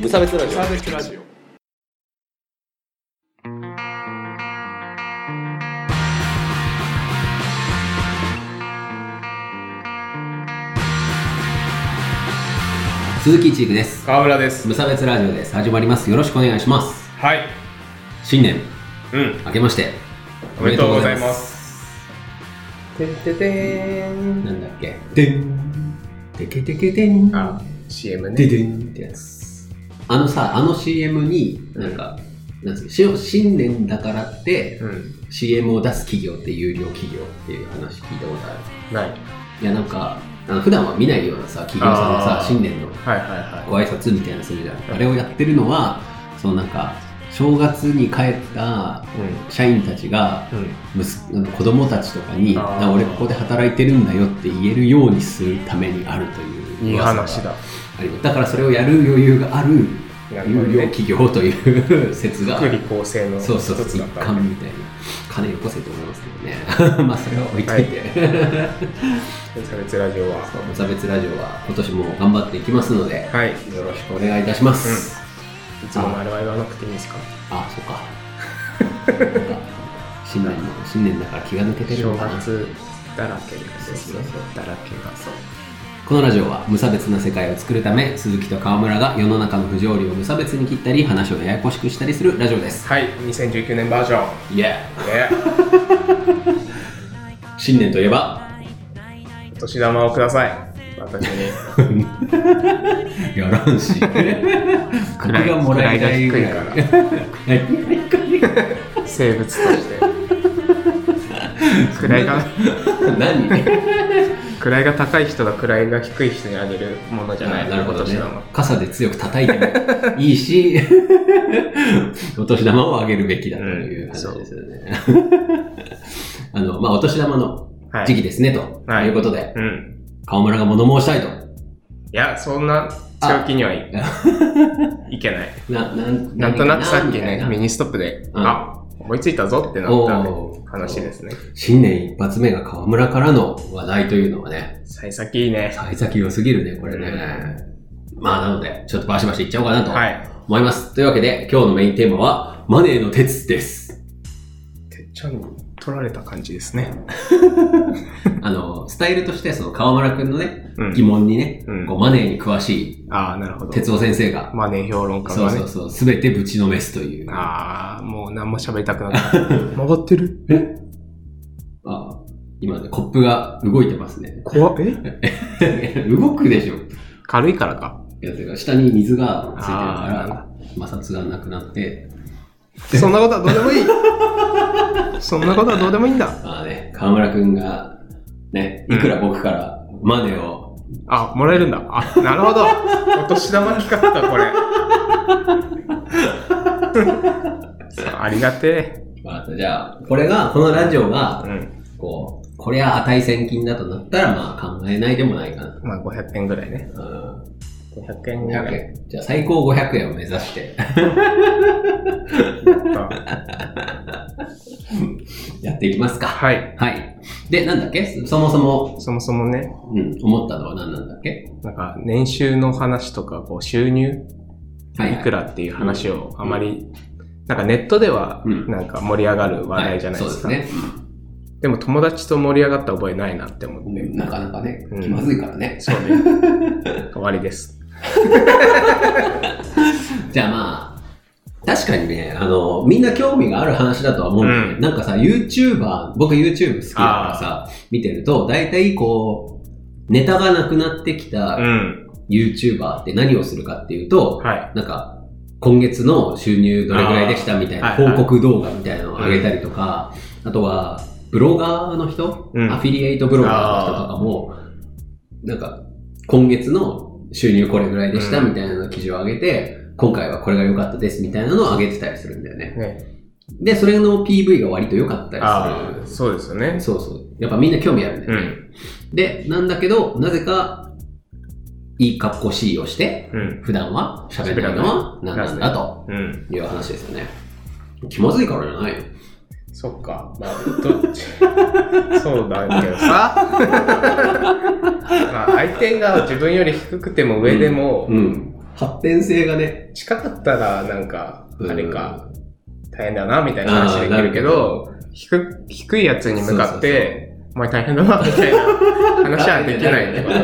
無差別ラジオサーベスラジオ鈴木チークです川村です無差別ラジオです始まりますよろしくお願いしますはい新年うん明けましておめでとうございますてんてておんめでとうございますなんだっけでんてけてけてんあ CM ねででんってやつあのさあの CM になんか、なんつうのし新年だからってうん CM を出す企業って有料企業っていう話聞いたことあるないいやなんかあの普段は見ないようなさ企業さんがあーさ新年のはいはいはご挨拶みたいなのするじゃんあれをやってるのはそのなんか正月に帰ったい社員たちがうんうん息あの子供たちとかにあ「ーな俺ここで働いてるんだよ」って言えるようにするためにあるといういい噂が話だありますだからそれをやる余裕があるなるほど有料ね企業とい う説が福利厚生の一そうそうつ一だった貫みたいな金よこせと思いますけどね まあそれは置いといて、 無差別ラジオはそう無差別ラジオは今年も頑張っていきますので、はいいよろしくお願いいたします、つものあれは言わなくていいんですかあそっかなんか 新年の新年だから気が抜けてる正のかな月だらけですそうそうだそうらけがそうこのラジオは無差別な世界を作るため鈴木と川村が世の中の不条理を無差別に切ったり話をややこしくしたりするラジオですはい2019年バージョンイエね ー新年といえばお年玉をください私にやらん し僕がもらえないぐらい位がら生物として 位が 何位が高い人が位が低い人にあげるものじゃないなるほどお年ね玉傘で強く叩いて もいいし お年玉をあげるべきだという話ですよね、 あのまあお年玉のはい時期ですね、とはいいうことで、うん川村が物申したいといやそんな強気にはいいけないななんなんとなくさっきみたいねなミニストップでうんあ思いついたぞってなったおー話ですね新年一発目が川村からの話題というのはね、幸先いいね幸先良すぎるね、これね。まあ、なので、ちょっとバシバシいっちゃおうかなとはい思います。というわけで、今日のメインテーマは、マネーの鉄です。てっちゃんに取られた感じですねあの、スタイルとして、その川村くんのね、うん疑問にね、うんこうマネーに詳しいああなるほど哲夫先生が、マネー評論家そうがねそうそう、すべてぶちのめすという。ああもう何も喋りたくなかった 曲がってるあ今ね、コップが動いてますね。 怖っえ動くでしょ。軽いからかいやてか下に水がついてるあーなから摩擦がなくなってそんなことはどうでもいいそんなことはどうでもいいんだまあね川村君がねいくら僕からマネを、あ、もらえるんだ。あ、なるほど。お年玉企画だ、こ れ。そうありがてまあ、じゃあこれがこのラジオえ。うがん。こうこれは値千金だとなったらまあ考えないでもないかなまあ、500円ぐらいね。うん500円ぐら500い。円じゃあ最高500円を目指して やっていきますかはい。はいでなんだっけそもそも、そもそもね、うん、思ったのは何なんだっけなんか、年収の話とか、こう、収入はいはくらっていう話をあまり、なんかネットでは、うんなんか盛り上がる話題じゃないですか。はいそうですね、でも友達と盛り上がった覚えないなって思って。うんなかなかねうん気まずいからね、そうね。終わりです。 じゃあまあ、確かにね、あの、みんな興味がある話だとは思うんだけど、うんなんかさ、YouTuber、僕 YouTube 好きだからさ、見てると、大体こう、ネタがなくなってきうたん。 YouTuber って何をするかっていうと、はい。なんか、今月の収入どれぐらいでしたみたいなはいはい報告動画みたいなのを上げたりとか、あとは、ブロガーの人、うんアフィリエイトブロガーの人とかも、なんか、今月の収入これぐらいでしたうんみたいな記事を上げて、今回はこれが良かったですみたいなのを上げてたりするんだよね。ね。で、それの PV が割と良かったありあ、すそうですよる。ね。そうそう。やっぱみんな興味あるんだようね。ん。で、なんだけど、なぜか、いい格好 C をして、うん。普段は喋らないのは何なんだと。うん。いう話ですよね。気まずいからじゃないよ。そっか。まあ、どっち そうだけどさ。 まあ、相手が自分より低くても上でも、うん。発展性がね、近かったら、なんか、うんあれか、大変だな、みたいな話できるけど、低低いやつに向かって、お前大変だな、み たいな話はできないってこと。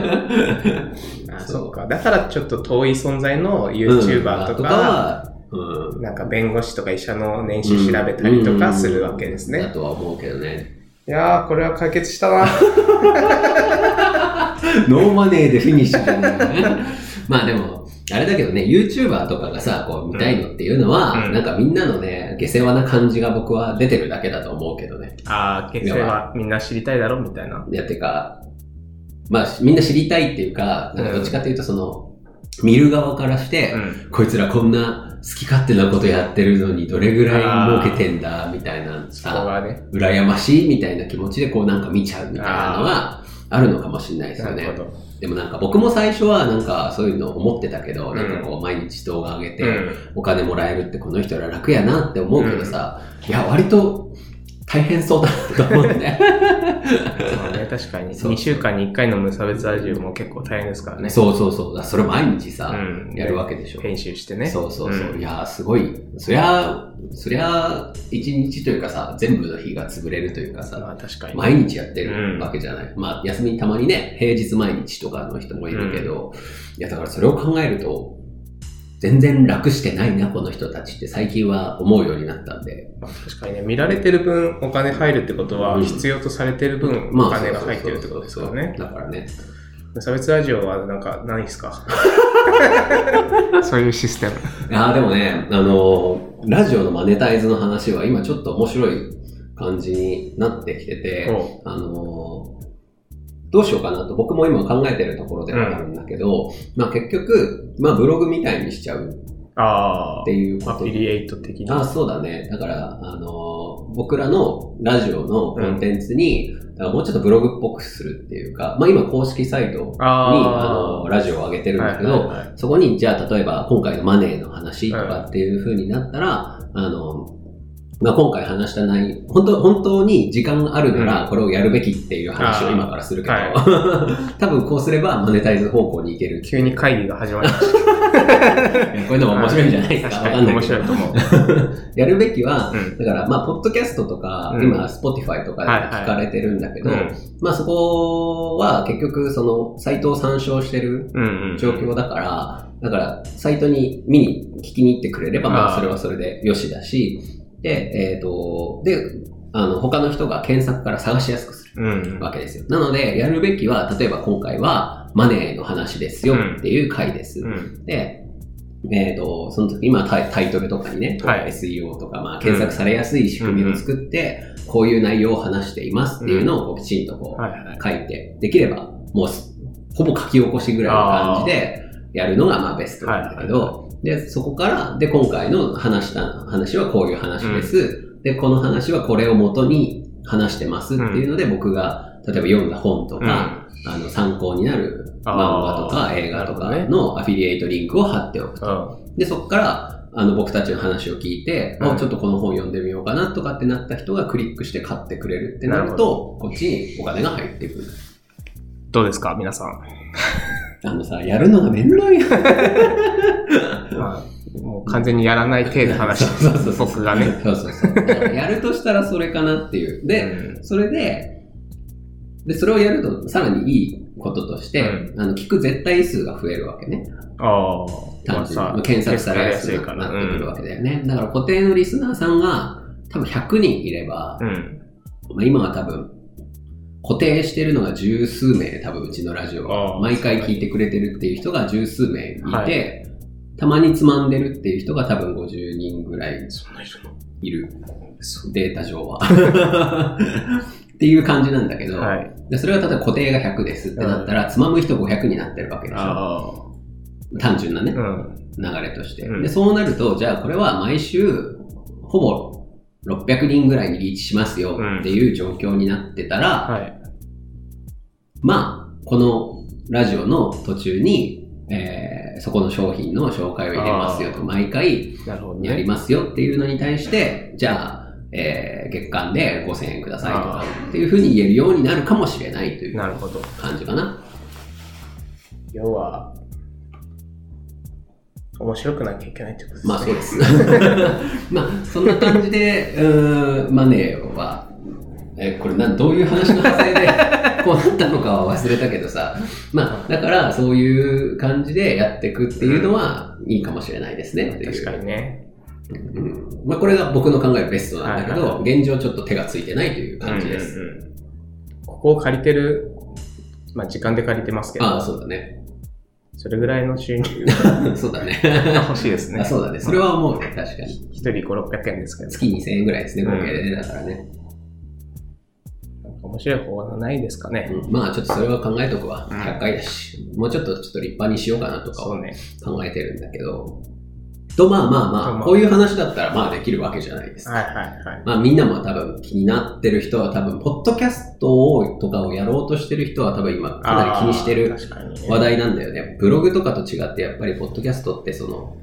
あそうそうか。だからちょっと遠い存在のうん YouTuber ととか、か、うん、なんか弁護士とか医者の年収調べたりとかするわけですだね。とは思うけどね。いやー、これは解決した な。ノーマネーでフィニッシュじゃな いね。まあでも、あれだけどね、YouTuber とかがさ、こう見たいのっていうのは、うんなんかみんなのね、下世話な感じが僕は出てるだけだと思うけどね。あー、結成はみんな知りたいだろ、みたいな。いや、てか、まあみんな知りたいっていうか、なんかどっちかというとその、見る側からして、うん。こいつらこんな好き勝手なことやってるのにどれぐらい儲けてんだ、みたいなそこさ、がね。羨ましいみたいな気持ちでこうなんか見ちゃうみたいなのは、あるのかもしれないですなよね。るほど。でもなんか僕も最初はなんかそういうの思ってたけど、うんなんかこう毎日動画上げうてん。お金もらえるってこの人ら楽やなって思うけどさ、いや割と大変そうだなと思って。まあね、確かに。 そう2週間に1回の無差別ラジオも結構大変です からね。そうそうそう。だそれ毎日さ、うんやるわけでしょ。編集してね。そうそうそう。うんいやすごい。そりゃ、そりゃ、一日というかさ、全部の日が潰れるというかまさ、あ確かに。毎日やってるわけじゃない。まあ休みたまにね、平日毎日とかの人もいるけど、いやだからそれを考えると、全然楽してないな、この人たちって最近は思うようになったんで。まあ確かにね、見られてる分お金入るってことは、うん必要とされてる分まあ、お金が入ってるってことですよね。そうそうそうそうだからね。無差別ラジオはなんかないですか そういうシステム。ああ、でもね、あのーラジオのマネタイズの話は今ちょっと面白い感じになってきてて、こあのーどうしようかなと僕も今考えてるところではあるんだけど、まあ結局、まあブログみたいにしちゃううあっていうあ、こアとフィリエイト的あな。あ、そうだね。だから、あのー僕らのラジオのコンテンツに、だからもうちょっとブログっぽくするっていうか、まあ今公式サイトに、あのーラジオを上げてるんだけど、はいはいはいそこに、じゃあ、例えば、今回のマネーの話とかっていう風になったら、あの、まあ、今回話した内容、本当、本当に時間があるなうら、これをやるべきっていう話をあー今からするけど、は 多分こうすればマネタイズ方向に行ける。急に会議が始まりましこういうのも面白いんじゃないですか。た。わ確かかんにない面け白どいと思う。やるべきは、うんだから、まあ、ポッドキャストとか、うん今、Spotify とかではいはい聞かれてるんだけど、うんまあ、そこは結局、その、サイトを参照してるうんうん。状況だから、だから、サイトに見に、聞きに行ってくれれば、まあーあ、それはそれでよしだし、で、えっ、と、で、あの、他の人が検索から探しやすくするうんうん。わけですよ。なので、やるべきは、例えば今回は、マネーの話ですよっていう回です。うんで、えっ、と、その時、今タイ、タイトルとかにね、はい SEO とか、まあ、検索されやすい仕組みを作って、こういう内容を話していますっていうのを、こうきちんとこう、はいはい。書いて、できれば、もうす、ほぼ書き起こしぐらいの感じでやるのがまあベストなんだけはいど、で、そこから、で、今回の話した話はこういう話です。で、この話はこれを元に話してますっていうので、僕が、例えば読んだ本とか、あの、参考になる漫画とか映画とかなるほのアフィリエイトリンクを貼っておくと。うんで、そこから、あの、僕たちの話を聞いて、うんあちょっとこの本読んでみようかなとかってなった人がクリックして買ってくれるってなるなると、こっちにお金が入ってくる。どうですか、皆さん。あのさ、やるのがめんどいな。まあ、もう完全にやらない程度話して そうそうそう僕がね。そうそうそう。やるとしたらそれかなっていう。で、それで、で、それをやるとさらにいいこととして、うあの、聞く絶対数が増えるわけね。ああ、単純に。検索されやすくなってくるわけ。けだよね。だから固定のリスナーさんが多分100人いれば、うん。まあ、今は多分、固定してるのが十数名、多分うちのラジオあは。ー毎回聞いてくれてるっていう人が十数名いて、はたまにつまんでるっていう人が多分50人ぐらいそんな人いる。データ上は。っていう感じなんだけど、はい。でそれは例えば固定が100ですってなったら、つまむ人500になってるわけでしょ。ああ。単純なね、うん。流れとして。うんで、そうなると、じゃあこれは毎週、ほぼ600人ぐらいにリーチしますよっていう状況になってたら、はい。まあ、このラジオの途中に、えーそこの商品の紹介を入れますよと、毎回なるほどやりね。ますよっていうのに対して、じゃあ、えー月間で5000円くださいとかあっていうふうに言えるようになるかもしれないというなるほど。感じかな。要は、面白くなきゃいけないってことですね。まあそうです。 まあそんな感じで、うーんマネーは、えこれなんどういう話の派生で こうなったのかは忘れたけどさ、まあだからそういう感じでやっていくっていうのはいいかもしれないですねっていう。確かにね。うんまあ、これが僕の考えるベストなんだけど、はいは現状ちょっと手がついてないという感じです。うんうんうんここを借りてる、まあ時間で借りてますけああ、ど、そうだ ね。それぐらいの収入そうだね。が欲しいです あね。そうだね。それは思うね。確かに。一人5、600円ですけど、月2000円ぐらいですね、合計でね。だからね。なんか面白い方法はないですかね。うんまあちょっとそれは考えとくわ。うん100回だし。もうちょっとちょっと立派にしようかなとかそうをね。考えてるんだけど。と、まあまあまあままあ、あこういう話だったらまあできるわけじゃないですか。はいはいはい。まあみんなも多分気になってる人は多分、ポッドキャストをとかをやろうとしてる人は多分今かなり気にしてるあー確かにね話題なんだよね。ブログとかと違って、やっぱりポッドキャストってその、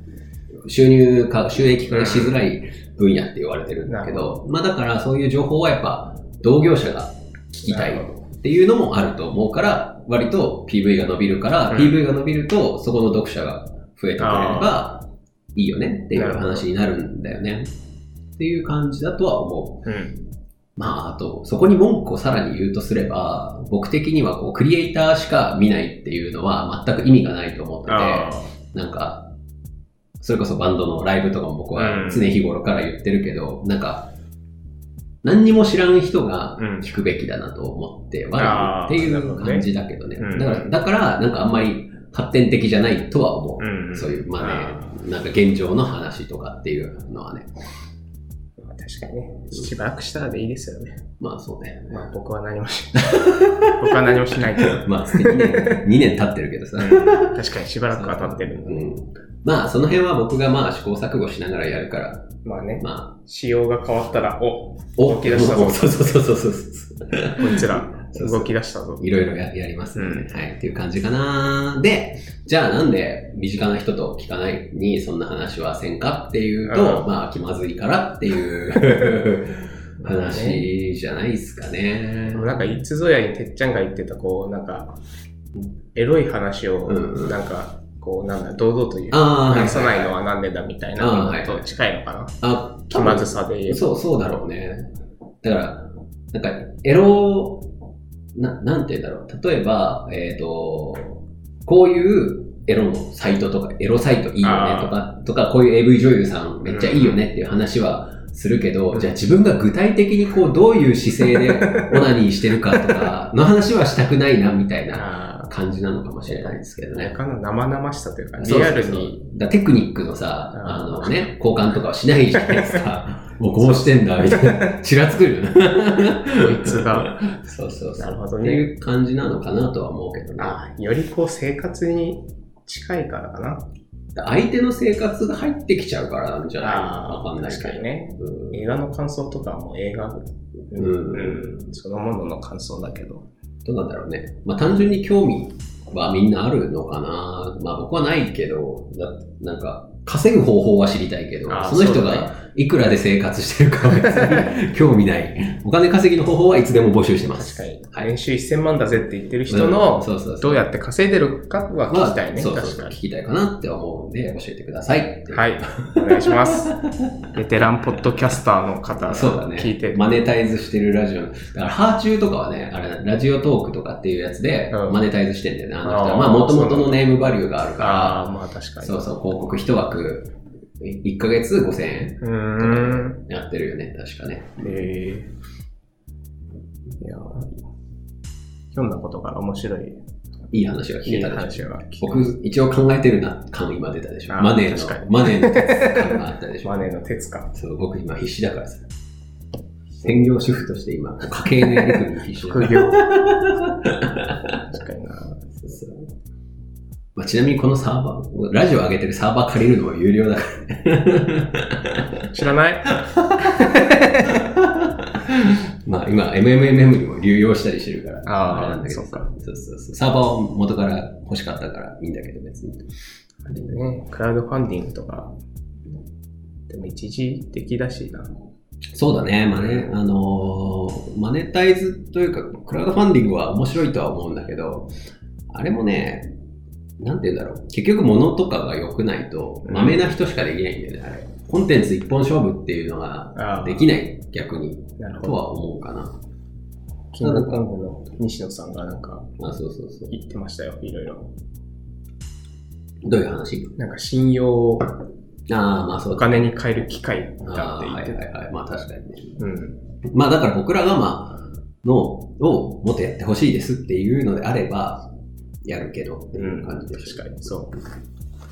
収入か、収益化がしづらい分野って言われてるんだけど、まあだからそういう情報はやっぱ同業者が聞きたいなるっていうのもあると思うから、割と PV が伸びるから、うん PV が伸びるとそこの読者が増えてくれればいいよねっていう話になるんだよね。っていう感じだとは思う。うん。まあ、あと、そこに文句をさらに言うとすれば、僕的にはこう、クリエイターしか見ないっていうのは全く意味がないと思ってあて、なんか、それこそバンドのライブとかも僕は常日頃から言ってるけど、なんか、何にも知らん人があ。うん。聞くべきだなと思ってあーは、っていなるほうどね感じだけどね。うんだから、だから、なんかあんまり発展的じゃないとは思う。うん。そういう、まああね、なんか現状の話とかっていうのはね、ーまあ確かにね。しばらくしたらでいいですよね。まあそうね。まあ僕は何もしない。 僕は何もしないけど。まあ、2年、2年経ってるけどさ。うん確かにしばらく当たってる。うん。まあ、その辺は僕がまあ試行錯誤しながらやるから、まあね、 まあ、仕様が変わったら、お、こお動き出したぞ そうそうそうそうそうそう。いつら そうそう動き出したぞ。いろいろややります、ねうんはい、っていう感じかな。で、じゃあなんで身近な人と聞かないにそんな話はせんかっていうと、うんまあ気まずいからっ ていう話じゃないですかね。なんか、いつぞやにてっちゃんが言ってた、こう、なんか、エロい話を、うんうんなんか、こう、なんだ、堂々と言う。ああ、話さないのははなんでだみたいあーはないのと近いのかな。いはい。あ、気まずさで言えば。そう、そうだろうね。だから、なんか、エロ、な、なんて言うんだろう。例えば、えっ、と、こういうエロのサイトとか、エロサイトいいよねとか、とか、こういう AV 女優さんめっちゃいいよねっていう話はするけど、うんじゃあ自分が具体的にこう、どういう姿勢でオナニーしてるかとか、の話はしたくないな、みたいなあ感じなのかもしれないですけどあ、ね。他の生々しさというか、そうリそうアそうルに。だテクニックのさ、うんあのね、交換とかはしないじゃないで すか。もうこうしてんだ、みたいな。ちらつくよね。こいつ が。そうそうそなう。るほどってね。いう感じなのかなとは思うけどね。ああ、よりこう、生活に近いからかな。相手の生活が入ってきちゃうからなんじゃないわかんない確けかどに。ね。うん映画の感想とかはもう映画、うんんそのものの感想だけど。どうなんだろうね。まあ単純に興味はみんなあるのかな。まあ僕はないけど、だなんか稼ぐ方法は知りたいけどあ、ーその人そうだがいくらで生活してるかは別 に興味ない。お金稼ぎの方法はいつでも募集してます確。かに。はい年収1000万だぜって言ってる人の、そうそうそうどうやって稼いでるかは聞きたいね。そうそう確そうか聞に。きたいかなって思うんで、教えてください。はい。お願いし ます。ベテランポッドキャスターの方がそうだね。聞いて、マネタイズしてるラジオ。だから、ハーチューとかはね、あれ、ラジオトークとかっていうやつで、うんマネタイズしてんだよね、あの人あは。ーまあ、もともとのネームバリューがあるあか、あ、まあ確からに。そううそう、広告一枠、1ヶ月5000円ーん。やってるよね、確かね。ええいやー、読んだことから面白い、いい話が聞いけいたでし話ょ。が聞く。僕、一応考えてるな、感今出たでしょ。あーマネー確かの、にマネーの感があったでしょマ。ネの鉄か。そう、僕今必死だからさ。専業主婦として今、家計のやりくりに必死だか副ら。業。確かにな。そうそうまあ、ちなみにこのサーバー、ラジオ上げてるサーバー借りるのは有料だか知らないら。まあ今、MMMM にも流用したりしてるから。あーれなんだけどそっかそうそうそう。サーバーを元から欲しかったからいいんだけど別に。ね、クラウドファンディングとか、でも一時的だしな。そうだね。まあね、あのーマネタイズというか、クラウドファンディングは面白いとは思うんだけど、あれもね、なんて言うんだろう。結局物とかが良くないと、まめな人しかできないんだよね、あれ。コンテンツ一本勝負っていうのができない、逆に、なるほとど。は思うかな。キングカングの西野さんがなんかあ、そうそうそう。言ってましたよ、いろいろ。どういう話なんか信用をああ、まあそうおだ。金に変える機会だっああてー、言はっいてはた。いはい。まあ確かにね。うん。まあだから僕らがまあ、の、をもっとやってほしいですっていうのであれば、やるけどっていう感じでしょ確かに、そう。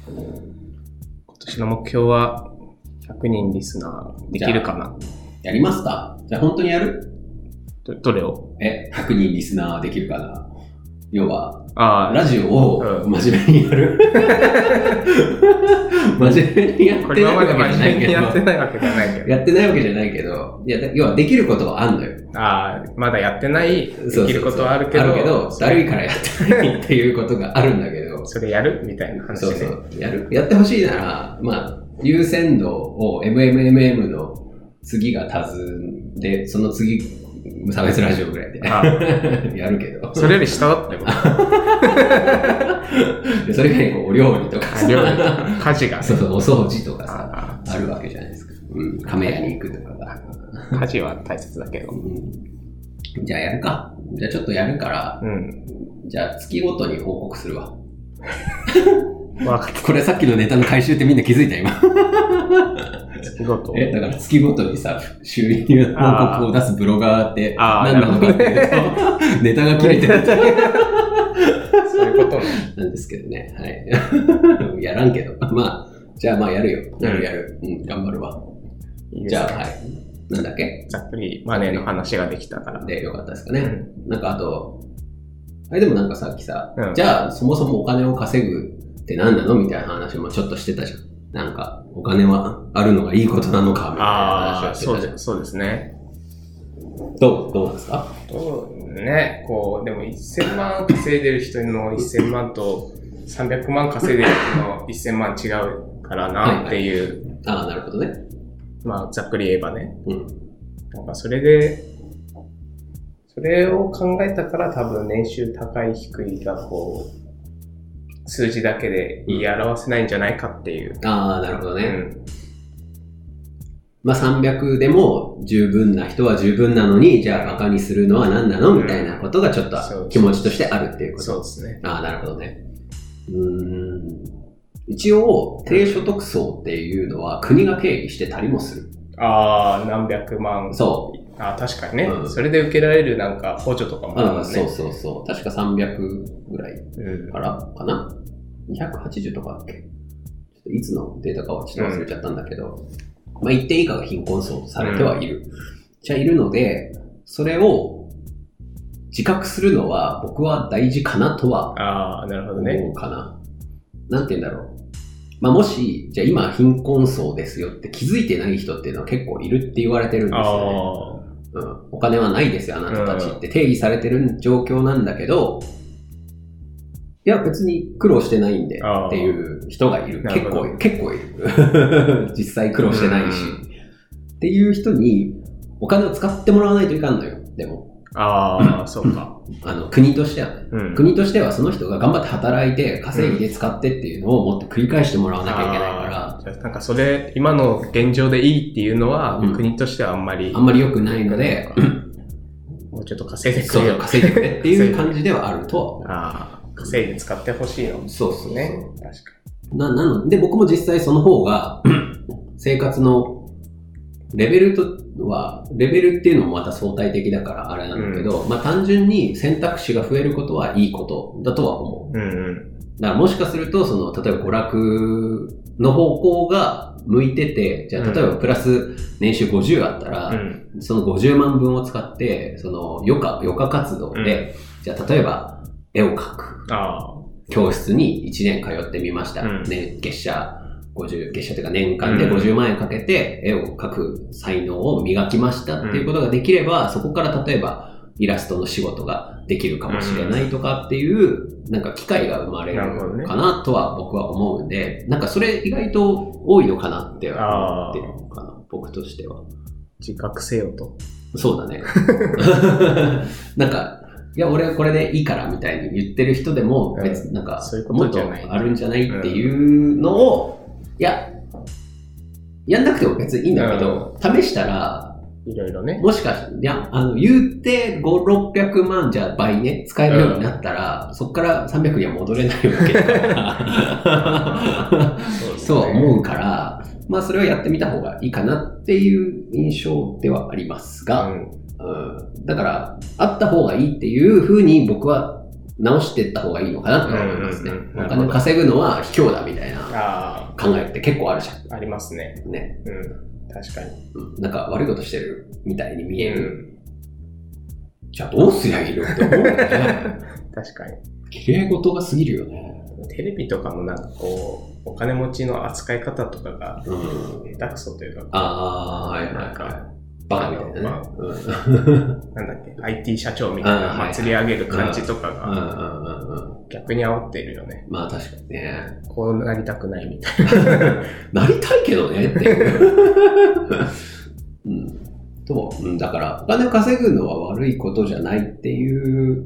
今年の目標は、100人リスナーできるかな。やりますかじゃあ本当にやるどどれをえ、100人リスナーできるかな要は、ああ、ラジオをう真面目にや る。真面目にやってこないれ今までわけじゃ真ない面目けにやってど。ないわけじゃないけど。やってないわけじゃないけど、いや、だ要はできることはあんのよ。ああ、まだやってない、できることはあるけど、そうそうそうあるけど、だるいからやってないっていうことがあるんだけど、それやるみたいな話ね。そうそう。やる、やってほしいなら、まあ、優先度を MMMM の次が多数で、その次、無差別ラジオぐらいでああ やるけど。それより下だ ったよ。でそれ以外にこうお料理とかさ料理家事が。 そうそう、お掃除とかさ、ああるわけじゃないですか。うん、亀屋に行くとかが。あ家事は大切だけど。うんじゃあやるか。じゃあちょっとやるから、うん。じゃあ月ごとに報告するわ。わかっこれさっきのネタの回収ってみんな気づいた今。た。月ごと。え、だから月ごとにさ、収入の報告を出すブロガーって、あー何なのかっていうと、ネタが切れてるそういうことね。なんですけどね。はい。 やらんけど。まあ、じゃあまあやるよ。やるやる。うん、頑張るわ。いいですじゃねあ、はい。なんだっけざっくりマネーの話ができたから。で、よかったですかうね。んなんかあと、あれでもなんかさっきさ、うんじゃあそもそもお金を稼ぐって何なのみたいな話もちょっとしてたじゃん。なんか、お金はあるのがいいことなのかみたいな話あをあ、してそたうじゃん。でそうですね。どう、どうですかそうね、こう、でも1000万稼いでる人の1000万と300万稼いでる人の1000万違うからなっていう、ああ、なるほどね。まあ、ざっくり言えばね。うん。なんかそれで、それを考えたから多分年収高い低いがこう、数字だけで言い表せないんじゃないかっていう。ああ、なるほどうね。ん。まあ300でも十分な人は十分なのに、じゃあバカにするのは何なのみたいなことがちょっそとう気持ちとしてあるっていうこそうと。ですね。ああ、なるほどね。うーん。一応、低所得層っていうのは国が経費してたりもする。ああ、何百万。そあー確かにね、うんそれで受けられるなんか補助とかもう。あるあもあんそうね。そうそう。確か300ぐらいうんからかな ?280 とかだっけちょっといつのデータかはちょっと忘れちゃったんだけど、まあ一定以下が貧困層とされてはいる。じゃあいるので、それを自覚するのは僕は大事かなとはああ、なるほどね。思うかな。なんて言うんだろう。まあもし、じゃあ今貧困層ですよって気づいてない人っていうのは結構いるって言われてるんですあよあ、ね。うん、お金はないですよ、あなたたちって定義されてる状況なんだけど、いや、別に苦労してないんであーっていう人がいる。な結るほ構いどる。結構いる。 実際苦労してないし。っていう人に、お金を使ってもらわないといかんのよ。でも、ああ、そうか。あの、国としてはね。うん。国としてはその人が頑張って働いて、稼いで使ってっていうのをもっと繰り返してもらわなきゃいけないからあ、ーじゃあなんかそれ、今の現状でいいっていうのは、うん国としてはあんまりあ、んまり良くないので、もうちょっと稼いでくそれう、よ。稼いでくれっていう感じではあるとは思ああ、稼いで使ってほしいのう。。そうそうそうね。確かな、なので、僕も実際その 方が、生活のレベルとは、レベルっていうのもまた相対的だからあれなんだけど、まあ単純に選択肢が増えることはいいことだとは思に。うんうん。う。だからもしかすると、その、例えば娯楽の方向が向いてて、じゃあうん例えばプラス年収50あったら、うん。その50万分を使って、その余暇、余暇活動で、じゃあ例えば絵を描く。ああ、教室に1年通ってみました。うんね、月謝50、月謝というか年間で50万円かけて絵を描く才能を磨きましたっていうことができれば、そこから例えばイラストの仕事ができるかもしれないとかっていう、なんか機会が生まれなるほどるねかなとは僕は思うんで、なんかそれ意外と多いのかなって思ってるかな、僕としては。 自覚せよと。そうだね。なんか、いや、俺はこれでいいからみたいに言ってる人でも、別になんか、そういうこもとっじとゃないあるんじゃないっていうのを、いや、やんなくても別にいいんだけど、試したら、いろいろね。もしかして、いや、あの、言って5、600万じゃ倍ね、使えるようになったら、そっから300には戻れないわけだ から、そう思うから、まあそれはやってみた方がいいかなっていう印象ではありますが、うんうんだから、あった方がいいっていう風に僕は直していった方がいいのかなと思いますねうんうんう。んなおるほ金ど稼ぐのは卑怯だみたいなあ考えって結構あるじゃあ、ありますね。ん。ね。うん。確かに。うんなんか悪いことしてるみたいに見える。うん。じゃあどうすりゃいいのって思う よね。確かに。綺麗事が過ぎるよね。テレビとかもなんかこう、お金持ちの扱い方とかがうん。下手くそというか、あー、はないんはいはい。か、バカみたいなまあね。うんなんだっけ、IT 社長みたいあなーはい祭り上げる感じとかうんうがんうんうん。逆に煽っているよね。まあ確かにね。こうなりたくないみたいなりたいけどねっていう。うん、と、うん、だから、お金を稼ぐのは悪いことじゃないっていう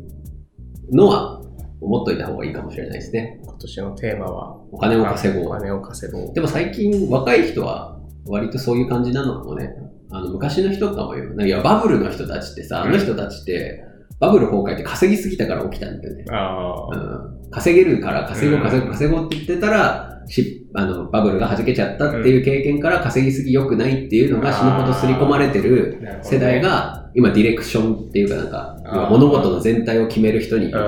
のは、思っといた方がいいかもしれないですね。な。今年のテーマは、お金を稼おごう。金を稼ごう。でも最近、若い人は、割とそういう感じなのかもね。あの、昔の人かもよ。いや、バブルの人たちってさ、あの人たちって、バブル崩壊って稼ぎすぎたから起きたんだよね。ああ、うん稼げるから稼ごううん稼ごう稼ごうって言ってたら、しあのバブルが弾けちゃったっていう経験から稼ぎすぎ良くないっていうのが死ぬほど刷り込まれてるなるほどね世代、が今ディレクションっていうかなんかあー物事の全体を決める人にいるか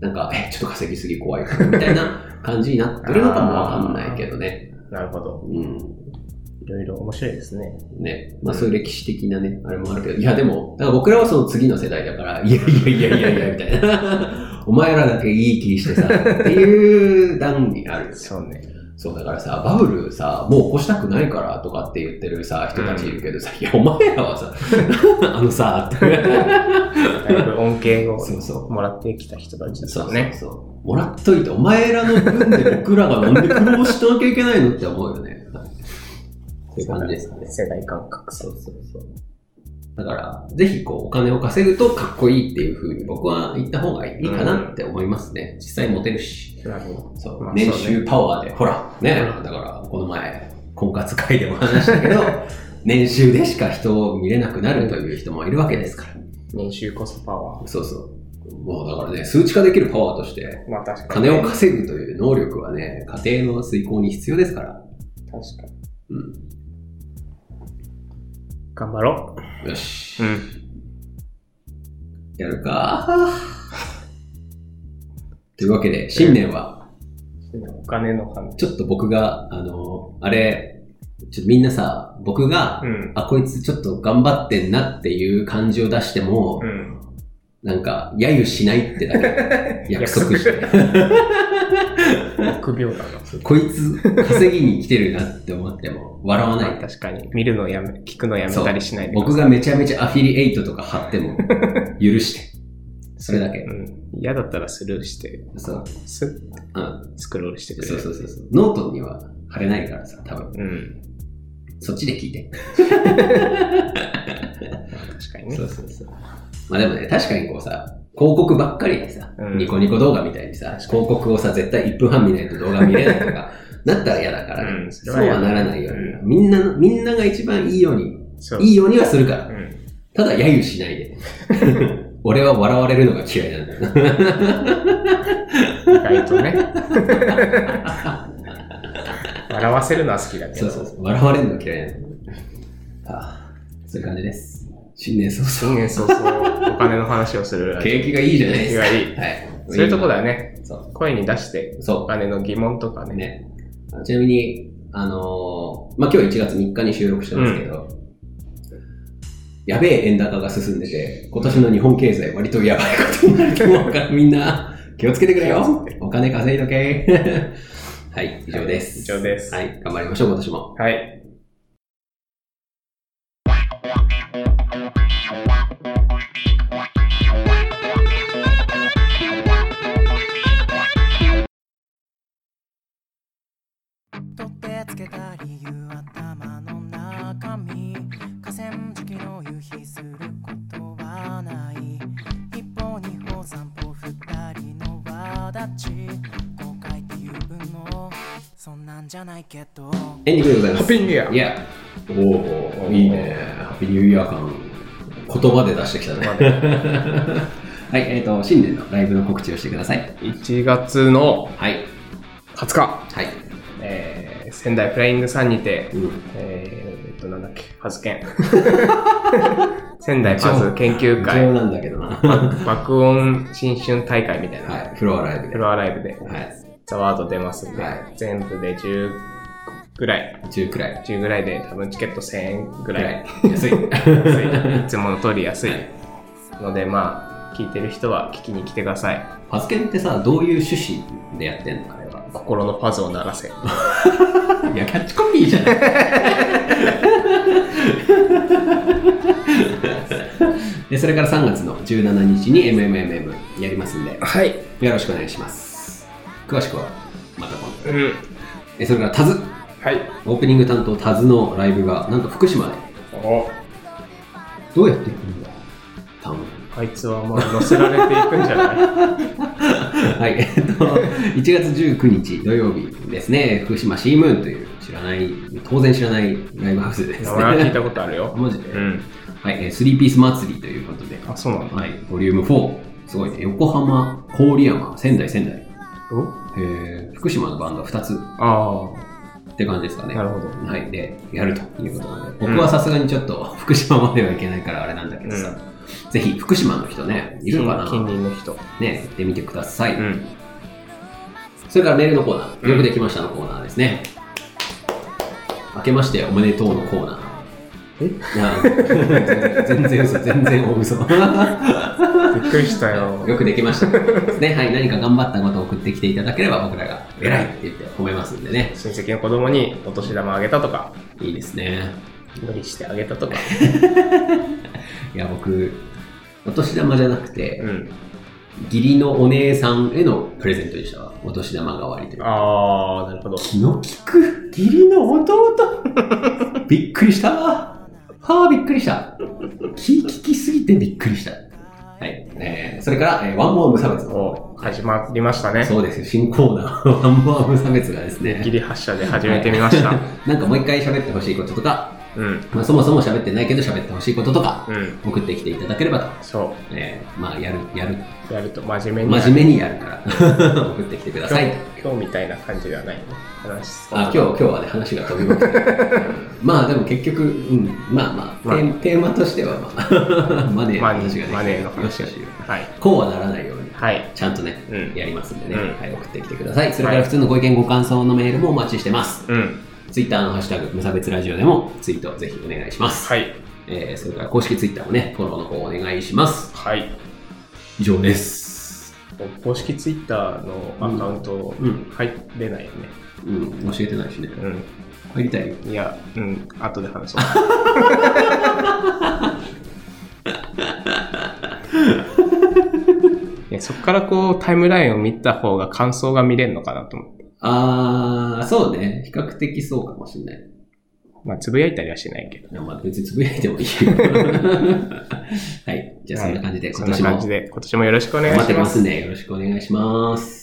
らなんかえちょっと稼ぎすぎ怖いからみたいな感じになってるのかもわかんないけどね。なるほど。うんいろいろ面白いですね。ね、まあそういう歴史的なね、あれもあるけど、いやでも、だから僕らはその次の世代だから、いやいやいやいやいや、みたいな。 お前らだけいい気してさ、っていう段にあるんですよ。そうね。そうだからさ、バブルさ、もう起こしたくないからとかって言ってるさ、人たちいるけどさ、いやお前らはさ、 あのさ、 って。だいぶ恩恵を そうそう。もらってきた人たちですそようね。そうそう。もらっといて、お前らの分で僕らがなんで苦労しなきゃいけないのって思うよね。そういう感じですかね。世代感覚。そうそうそう。だから、ぜひこう、お金を稼ぐとかっこいいっていう風に僕は言った方がいいかなって思いますね。実際モテるし。なるほそう。まあ年そう収パワーで、ほら、ね、うだから、この前、婚活会でも話し たけど、年収でしか人を見れなくなるという人もいるわけですから。ど。年収こそパワそうそう。もうだからね、数値化できるパワーとして、ー。まあ確かに金ね、を稼ぐという能力はね、家庭の遂行に必要ですから。確かに。う頑張ろん。よしう。。うん。やるか。 というわけで、新年は、お金の話。ちょっと僕が、あの、あれ、ちょっとみんなさ、僕が、うん。あ、こいつちょっと頑張ってんなっていう感じを出してもう、ん。なんか、揶揄しないってだけ約束して、臆病だな。こいつ稼ぎに来てるなって思っても、笑わない。確かに。見るのやめ、聞くのやめたりしないでください僕がめちゃめちゃアフィリエイトとか貼っても、許して。それだけ。うん。嫌だったらスルーして、そう。スッうん。スクロールしてくれる。そうそうそうそう。ノートには貼れないからさ、多分。うん。そっちで聞いて。確かにねそ。うそうそう。まあでもね、確かにこうさ、広告ばっかりでさ、うんニコニコ動画みたいにさ、広告をさ、絶対1分半見ないと動画見れないと か、なったら嫌だからね、うんそそれうは嫌はだならないように、うみんな、みんなが一番いいように、そう。いいようにはするからう。ん。ただ、揶揄しない で。俺は笑われるのが嫌いなんだよな。意外と ね。笑わせるのは好きだけそど。うそうそう。笑われるの嫌いなんだよな。はあ、そういう感じです。新年早新年早々、お金の話をする々。ラジ景気がいいじゃないでオすか。がいい。はい。そういうとこだよね。そう。声に出して、そうお。金の疑問とかね。ね。ちなみに、あのーまあ、今日1月3日に収録してますけど、やべえ円高が進んでて、今年の日本経済割とやばいことになると思 うから、みんな気をつけてくれよ。お金稼いどけ。 はい、以上です。以上ですはい、頑張りましょう、今年も。はい。取ってつけた理由頭の中身河川敷の夕日することはない一歩二そんなんじゃないけどエンディングでございまハッす。ピーニューイヤーいや、おお、いいね。ハッピーニューイヤー感、 言葉で出してきたね。 はい、えっ、と、新年のライブの告知をしてください。 1月のはい、 20日、はい。えー仙台フライングさんにて、うんえー、えっと、なんだっけ、パズ 研。仙台パズ研究重要会、なんだけどな。は爆音新春大会みたいな、い、フロアライブで。フはロアライブで、い、ザワード出ますんで、はい全部で10ぐらい、中くらい。 10ぐらいで、多分チケット1000円ぐくららいい。安い。安い。いつもの通り安いはいので、まあ、聞いてる人は聞きに来てください。パズケンってさ、どういう趣旨でやってんのあれは。心のパズを鳴らせ。いや、キャッチコピーじゃない。 でそれから3月の17日に MMMM やりますんで、はい。よろしくお願いします。詳しくは、また今度。うん。えそれからタズ、はい。オープニング担当タズのライブが、なんか福島で、おどうやって行くんだ多分。あいつはまあ乗せられていくんじゃ ないはい、えっと、1月19日土曜日ですね、福島シームーンという知らない、当然知らないライブハウスですね。俺は聞いたことあるよ。マジで、うん。はい、えースリーピース祭りということで、あ、そうなのはい、ボリューム4。すごいね。横浜、郡山、仙台、仙台。おえー福島のバンドは2つっあて感じですかね。あ、なるほど。はい。で、やるということなので、僕はさすがにちょっと 福島まではいけないからあれなんだけどさ、ぜひ福島の人ね、いるのか近な隣の人。ね、行ってみてください。うん。それからメールのコーナー、うんよくできましたのコーナーですね。明けましておめでとうのコーナー。えいや 全然嘘、全然大嘘。びっくりしたよ。よくできました。ですね。はい。何か頑張ったことを送ってきていただければ僕らが偉いって言って褒めますんでね。親戚の子供にお年玉あげたとか、いいですね。無理してあげたとか。いや、僕、お年玉じゃなくて、うん。義理のお姉さんへのプレゼントでしたわ。お年玉代わりという。ああ、なるほど。気の利く義理の弟 びっくりしたはあ、びっくりした。気利きすぎてびっくりした。はい。えー、それから、えーワンモア無差別の方。お始まりましたね。そうですよ。新コーナー、 ワンモア無差別がですね。ギリ発車で始めてみました。 なんかもう一回喋ってほしいこととか、うん。まあ、そもそも喋ってないけど喋ってほしいこととか、うん。送ってきていただければと。そえーまあ、やる、やる。う。やると真面目にやる。真面目にやるから。 送ってきてください。今日今日みたいな感じではないね。話すあ、今日、今日はね、話が飛び ますけどまあ、でも結局、うん、まあまあ、まあテーテーマとしては、まあ、 マネーのマネ話がーマネーのよし話よし。はい。こうはならないように。はい。ちゃんとね、うんやりますんでね、うんはい、送ってきてください。それかはらい普通のご意見、ご感想のメールもお待ちしてます。うん。ツイッターのハッシュタグ、無差別ラジオでもツイートぜひお願いします。はい。えーそれから公式ツイッターもね、フォローの方お願いします。はい。以上です。公式ツイッターのアカウントうん入れないよね。うん、教えてないしね。うん。入りたいよ。いや、うん。後で 話そう。いやそこからこうタイムラインを見た方が感想が見れるのかなと思って。あー、そうね。比較的そうかもしれない。まあ、つぶやいたりはしないけど。いやまあ別につぶやいてもいい よ。はい。じゃあそんな感じで、はい今年もそんな感じで、今年もよろしくお願いし待まっすて。ますね。よろしくお願いします。